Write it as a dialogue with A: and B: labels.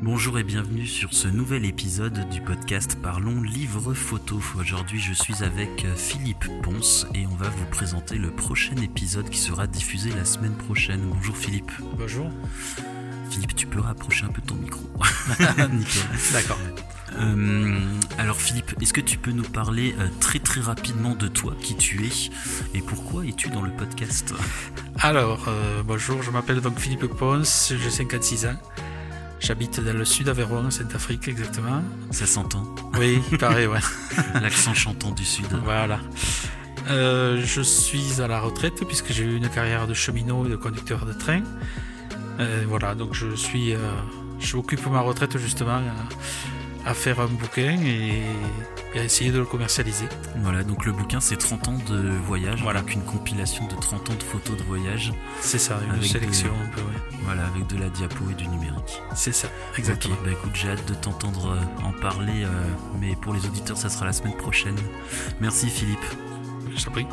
A: Bonjour et bienvenue sur ce nouvel épisode du podcast Parlons Livre Photo. Aujourd'hui je suis avec euh, Philippe Ponce et on va vous présenter le prochain épisode qui sera diffusé la semaine prochaine. Bonjour Philippe.
B: Bonjour.
A: Philippe, tu peux rapprocher un peu ton micro. Nickel.
B: D'accord.
A: Euh, alors Philippe, est-ce que tu peux nous parler euh, très très rapidement de toi, qui tu es et pourquoi es-tu dans le podcast
B: Alors, euh, bonjour, je m'appelle donc Philippe Ponce, j'ai 56 ans. J'habite dans le sud Aveyron, en Centrafrique exactement.
A: Ça s'entend,
B: Oui, il paraît, ouais.
A: l'accent chantant du sud.
B: Voilà. Euh, je suis à la retraite puisque j'ai eu une carrière de cheminot et de conducteur de train. Euh, voilà, donc je suis, euh, je occupe ma retraite justement euh, à, à faire un bouquin et, et à essayer de le commercialiser.
A: Voilà, donc le bouquin c'est 30 ans de voyage,
B: Voilà.
A: avec une compilation de 30 ans de photos de voyage,
B: C'est ça, une
A: Avec des-
B: sélection un peu. ouais.
A: voilà, avec de la diapo et du numérique.
B: C'est ça, exactement.
A: Ok, bah écoute, j'ai hâte de t'entendre euh, en parler, euh, mais pour les auditeurs ça sera la semaine prochaine. Merci Philippe.
B: Je t'en prie.